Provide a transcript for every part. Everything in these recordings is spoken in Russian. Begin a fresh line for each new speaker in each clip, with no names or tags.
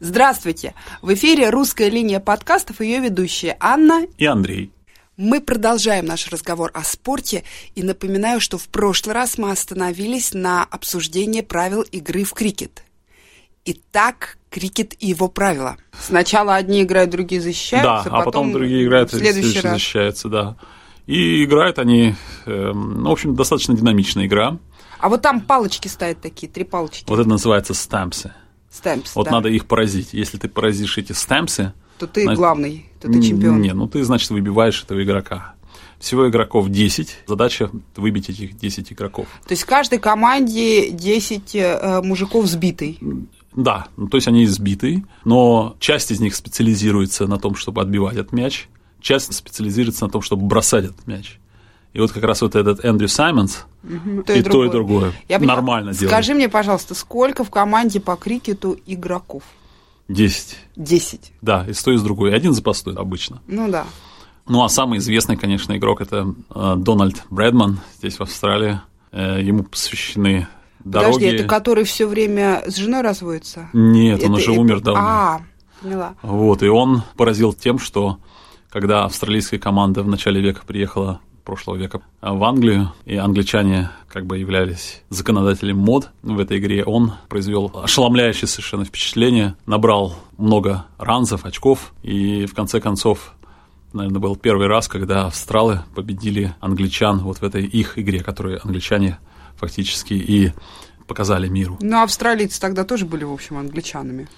Здравствуйте! В эфире «Русская линия подкастов» и ее ведущие Анна.
и Андрей.
Мы продолжаем наш разговор о спорте и напоминаю, что в прошлый раз мы остановились на обсуждении правил игры в крикет. Итак, крикет и его правила. Сначала одни играют, другие
да,
защищаются,
а потом другие играют,
в следующий
следующие
раз.
защищаются, да. И играют они, эм, ну, в общем, достаточно динамичная игра.
А вот там палочки стоят такие, три палочки.
Вот это называется стампсы.
Стэмпс,
Вот
да.
надо их поразить. Если ты поразишь эти стампсы,
То ты
Значит,
главный, то ты
н-
чемпион.
Не, ну ты, значит, выбиваешь этого игрока. Всего игроков 10. Задача выбить этих 10 игроков.
То есть в каждой команде 10 э, мужиков сбитый.
Да, ну, то есть они избиты, но часть из них специализируется на том, чтобы отбивать этот мяч, часть специализируется на том, чтобы бросать этот мяч. И вот как раз вот этот Эндрю Саймонс
То
и, то, и другое
Я понимаю.
нормально делает.
Скажи мне, пожалуйста, сколько в команде по крикету игроков?
10.
10.
Да, и с той, и с другой. Один запасной обычно.
Ну да.
Ну, а самый известный, конечно, игрок – это э, Дональд Брэдман здесь, в Австралии. Э, ему посвящены дороги.
Подожди, это который все время с женой разводится?
Нет, он
Это-
уже
это-
умер давно.
А, поняла.
Вот, и он поразил тем, что когда австралийская команда в начале века приехала прошлого века а, в Англию, и англичане как бы являлись законодателем мод в этой игре, он произвел ошеломляющее совершенно впечатление, набрал много ранзов, очков, и в конце концов, наверное, был первый раз, когда австралы победили англичан вот в этой их игре, которую англичане фактически и показали миру.
Ну, австралийцы тогда тоже были, в общем, англичанами.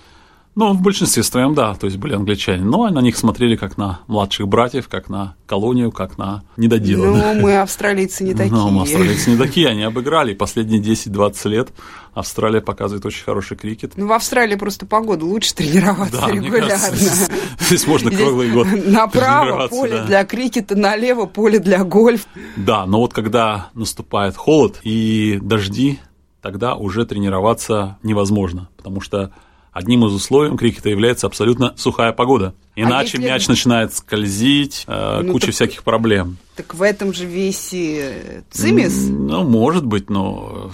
Ну, в большинстве своем, да, то есть были англичане. Но на них смотрели как на младших братьев, как на колонию, как на недоделанных.
Но Ну, мы австралийцы не Ну, такие.
Но австралийцы не такие, они обыграли. И Последние 10-20 лет Австралия показывает очень хороший крикет.
Ну, в Австралии просто погода, лучше тренироваться
Да, мне
регулярно.
кажется, здесь, здесь можно
Здесь
круглый год
Направо
тренироваться,
поле
да.
для крикета, налево поле для гольф.
Да, но вот когда наступает холод и дожди, тогда уже тренироваться невозможно, потому что одним из условий крикета является абсолютно сухая погода. Иначе
А если-
мяч начинает скользить, э,
Ну,
куча
так-
всяких проблем.
Так в этом же весе э, цимис.
М, Ну, может быть, но...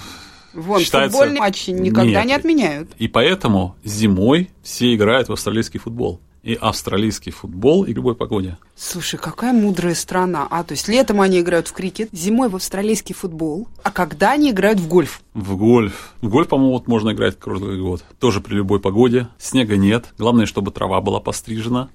э,
Вон,
считается-
футбольные матчи никогда
Нет.
не отменяют.
И поэтому зимой все играют в австралийский футбол. И австралийский футбол, и любой погоде.
Слушай, какая мудрая страна. А, то есть летом они играют в крикет, зимой в австралийский футбол, а когда они играют в гольф?
В гольф. В гольф, по-моему, вот можно играть круглый год. Тоже при любой погоде. Снега нет. Главное, чтобы трава была пострижена.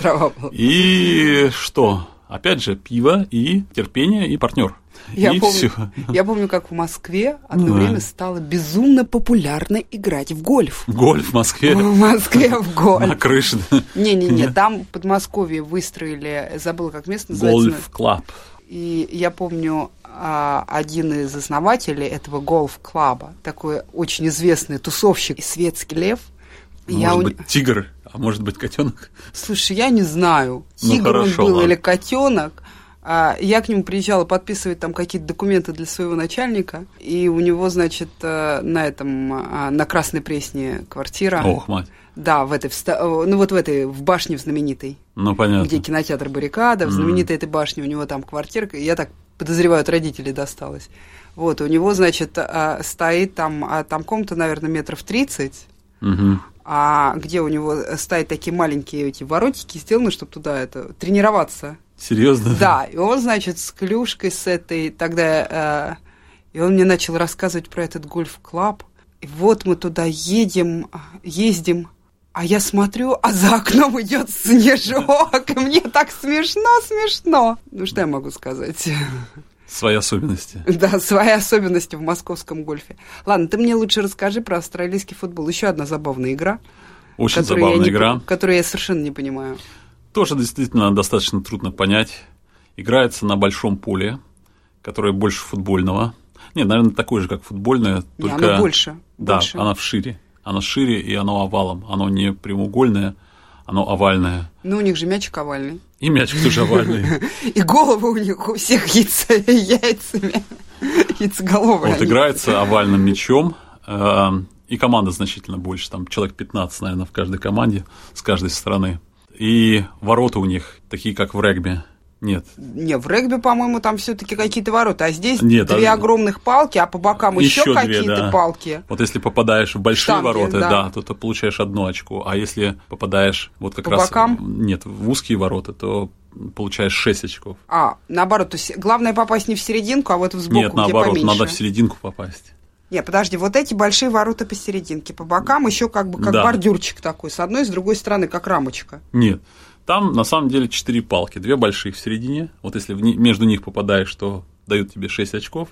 Трава была.
И что? Опять же, пиво и терпение и партнер.
Я
и
помню.
все.
Я помню, как в Москве одно
Ну да.
время стало безумно популярно играть в гольф.
Гольф в Москве.
В Москве в
На
гольф.
крыше.
Не-не-не, там в Подмосковье выстроили, забыла, как место называется. но-
Гольф-клаб.
И я помню, а, один из основателей этого гольф-клаба, такой очень известный тусовщик, светский лев. Я
Может
у-
быть, тигр, а может быть, котенок.
Слушай, я не знаю,
Ну,
тигр
хорошо,
он был
ладно.
или котенок. А, Я к нему приезжала подписывать там какие-то документы для своего начальника, и у него, значит, э, на этом, а, на Красной Пресне квартира.
Ох, мать.
Да, в этой, вста- э, ну вот в этой, в башне в знаменитой,
Ну,
где
понятно.
кинотеатр «Баррикада», в
Мгм.
знаменитой этой башне, у него там квартирка, и я так подозреваю, от родителей досталось. Вот, у него, значит, э, стоит там, а там комната, наверное, метров 30,
Мгм.
а где у него стоят такие маленькие эти воротики, сделаны, чтобы туда это тренироваться.
Серьезно?
Да, и он, значит, с клюшкой с этой тогда, э, и он мне начал рассказывать про этот гольф-клаб. И вот мы туда едем, а, ездим, а я смотрю, а за окном идет снежок, и мне так смешно, смешно. Ну что я могу сказать?
Свои особенности.
Да, свои особенности в московском гольфе. Ладно, ты мне лучше расскажи про австралийский футбол. Еще одна забавная игра.
Очень
которую я
забавная
не
игра.
пон- Которую я совершенно не понимаю.
Тоже действительно достаточно трудно понять. Играется на большом поле, которое больше футбольного. Нет, наверное, такое же, как футбольное,
Не,
только...
оно больше.
Да,
больше.
она в шире. Оно шире и оно овалом. Оно не прямоугольное, оно овальное.
Ну, у них же мячик овальный.
И мячик тоже овальный.
И головы у них у всех яйца, яйцами. Яйцеголовые.
Вот
они.
играется овальным мячом. э, И команда значительно больше. Там человек 15, наверное, в каждой команде, с каждой стороны. И ворота у них такие, как в регби. Нет.
Не, в регби, по-моему, там все-таки какие-то ворота. А здесь
Нет,
две
а-
огромных палки, а по бокам еще,
Ещё две,
какие-то
да.
палки.
Вот если попадаешь в большие
Штанги,
ворота,
да.
да. то ты получаешь одно очко. А если попадаешь вот как
По
раз
бокам?
нет, в узкие ворота, то получаешь 6 очков.
А, наоборот, то есть главное попасть не в серединку, а вот в сбоку,
нет,
где
наоборот,
поменьше.
надо в серединку попасть.
Не, подожди, вот эти большие ворота посерединке, по бокам еще как бы как
Да.
бордюрчик такой, с одной и с другой стороны, как рамочка.
Нет. Там на самом деле 4 палки, две больших в середине. Вот если в ни- между них попадаешь, то дают тебе 6 очков.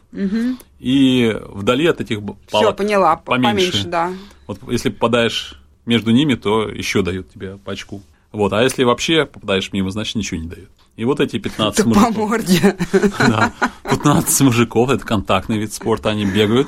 И вдали от этих б-
Все,
палок,
поняла, п-
поменьше.
поменьше, да.
вот если попадаешь между ними, то еще дают тебе по очку. Вот, а если вообще попадаешь мимо, значит ничего не дают. И вот эти 15
Да по
мужиков.
морде.
Да. 15 мужиков, это контактный вид спорта, они бегают,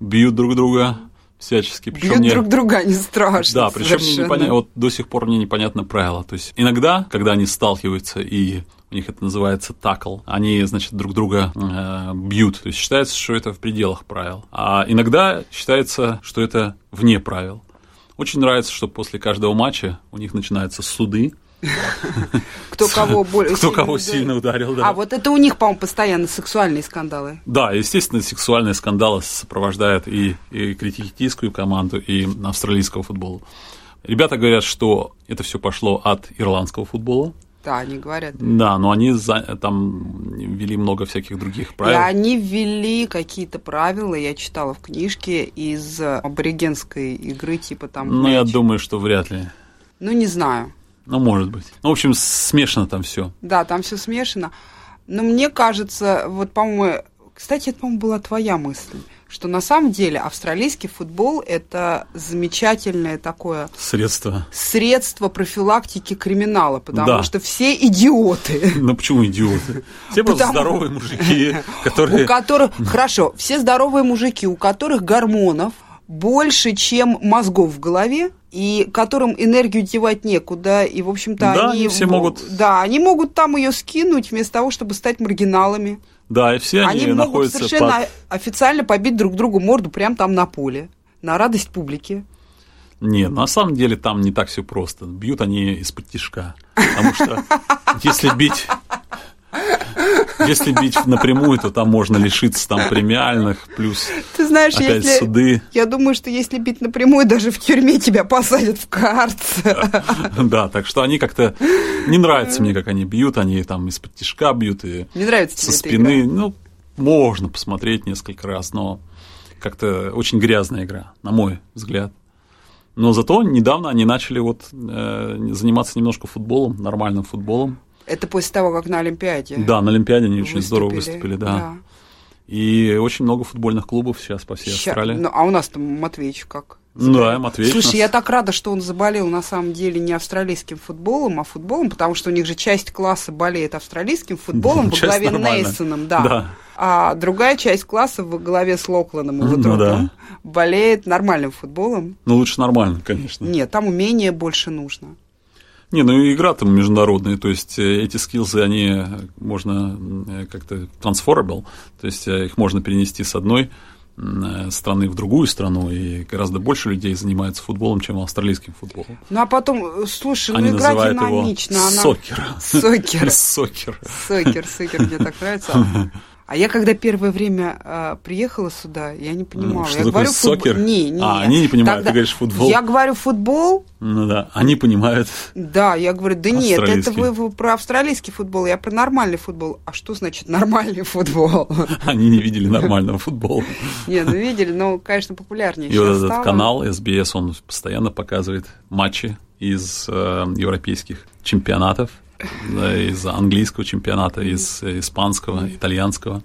бьют друг друга всячески.
Бьют
Причем мне...
друг друга, не страшно
Да, причем мне
совершенно.
непоня- вот до сих пор мне непонятно правило. То есть иногда, когда они сталкиваются и у них это называется такл, они, значит, друг друга э, бьют. То есть считается, что это в пределах правил. А иногда считается, что это вне правил. Очень нравится, что после каждого матча у них начинаются суды,
Кто кого более
кто кого
ударил.
сильно ударил. Да.
А вот это у них, по-моему, постоянно сексуальные скандалы.
Да, естественно, сексуальные скандалы сопровождают и, и критикийскую команду, и австралийского футбола. Ребята говорят, что это все пошло от ирландского футбола.
Да, они говорят.
Да, но они за- там ввели много всяких других
И
правил.
они ввели какие-то правила, я читала в книжке, из аборигенской игры, типа там...
Но Ну, я
мяч.
думаю, что вряд ли.
Ну, не знаю.
Ну, может быть. Ну, в общем, смешано там все.
Да, там все смешано. Но мне кажется, вот, по-моему, кстати, это, по-моему, была твоя мысль, что на самом деле австралийский футбол – это замечательное такое
Средства.
средство профилактики криминала, потому
Да.
что все идиоты,
Ну, почему идиоты? Все просто
Потому-
здоровые мужики,
у
которые...
которых, хорошо, все здоровые мужики, у которых гормонов больше, чем мозгов в голове, и которым энергию девать некуда, и, в общем-то,
Да,
они...
они все
в-
могут-
Да, они могут там ее скинуть вместо того, чтобы стать маргиналами.
Да, и все
Они
они
могут
находятся
совершенно
под...
официально побить друг другу морду прямо там на поле, на радость публики.
Не, на самом деле там не так все просто. Бьют они из-под тишка. Потому что если бить... Если бить напрямую, то там можно лишиться там премиальных, плюс
Ты знаешь,
опять
если...
суды.
Я думаю, что если бить напрямую, даже в тюрьме тебя посадят в карцер.
Да, так что они как-то... Не нравится мне, как они бьют, они там из-под тишка бьют и
Не нравится тебе
со
эта игра?
спины. Ну, можно посмотреть несколько раз, но как-то очень грязная игра, на мой взгляд. Но зато недавно они начали вот э, заниматься немножко футболом, нормальным футболом.
Это после того, как на Олимпиаде.
Да, на Олимпиаде они очень здорово Э, выступили, да. И очень много футбольных клубов сейчас по всей
Ща-
Австралии.
ну, а у нас там Матвеевич как?
Ну да, Матвеевич
Слушай,
нас-
я так рада, что он заболел на самом деле не австралийским футболом, а футболом, потому что у них же часть класса болеет австралийским футболом во
Часть
главе
нормально.
Нейсоном, да.
Да.
А другая часть класса во главе с Локланом и
Ну
Латроком
да.
болеет нормальным футболом.
Ну, лучше нормально, конечно.
Нет, там умение больше нужно.
Не, ну и игра там международная, то есть э, эти скилзы, они э, можно э, как-то transferable, то есть э, их можно перенести с одной м, э, страны в другую страну, и гораздо больше людей занимаются футболом, чем австралийским футболом.
Ну а потом, э, слушай,
они
ну игра
называют
динамична.
его
она-
сокер.
Сокер.
Сокер.
Сокер, сокер, мне так нравится. А я когда первое время э, приехала сюда, я не понимала.
Что
я
такое
говорю футбол-
сокер?
Не, не,
А, они не понимают, ты говоришь футбол.
Я говорю футбол,
Ну да, они понимают.
да, я говорю, да нет, это
Австралийский.
вы, вы про австралийский футбол, я про нормальный футбол. А что значит нормальный футбол?
Они не видели нормального футбола.
Не, ну видели, ну, конечно, популярнее
И вот
сейчас
этот
стало.
канал SBS, он постоянно показывает матчи из э, европейских чемпионатов, да, из английского чемпионата, из э, испанского, итальянского.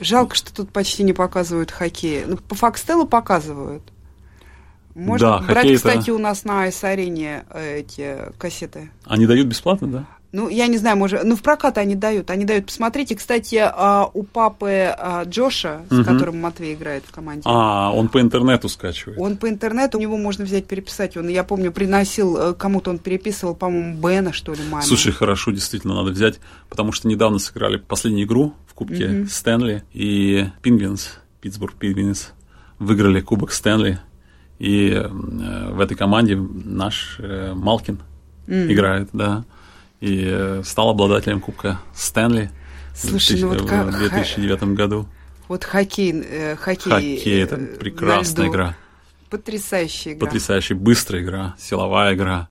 Жалко, что тут почти не показывают хоккей. Ну, по Фокстеллу показывают.
Да,
Можно брать,
хоккей-то-
кстати, у нас на Айс-арене э, эти кассеты.
Они дают бесплатно, да?
Ну, я не знаю, может, ну, в прокат они дают, они дают. Посмотрите, кстати, а, у папы а, Джоша, с
Мгм.
которым Матвей играет в команде,
А, он по интернету скачивает.
он по интернету, у него можно взять переписать. Он, я помню, приносил, э, кому-то он переписывал, по-моему, Бена, что ли, маме.
Слушай, хорошо, действительно, надо взять, потому что недавно сыграли последнюю игру в Кубке
Мгм.
Стэнли, и Пингвинс, Питтсбург Пингвинс, выиграли Кубок Стэнли, и э, в этой команде наш э, Малкин
М.
играет, да. и э, стал обладателем Кубка Стэнли
Слушай, ну
в,
вот как-
2009 году.
Вот хоккей, э, хоккей.
Хоккей — это
э, на
прекрасная
льду.
игра,
Потрясающая игра.
потрясающе быстрая игра, силовая игра.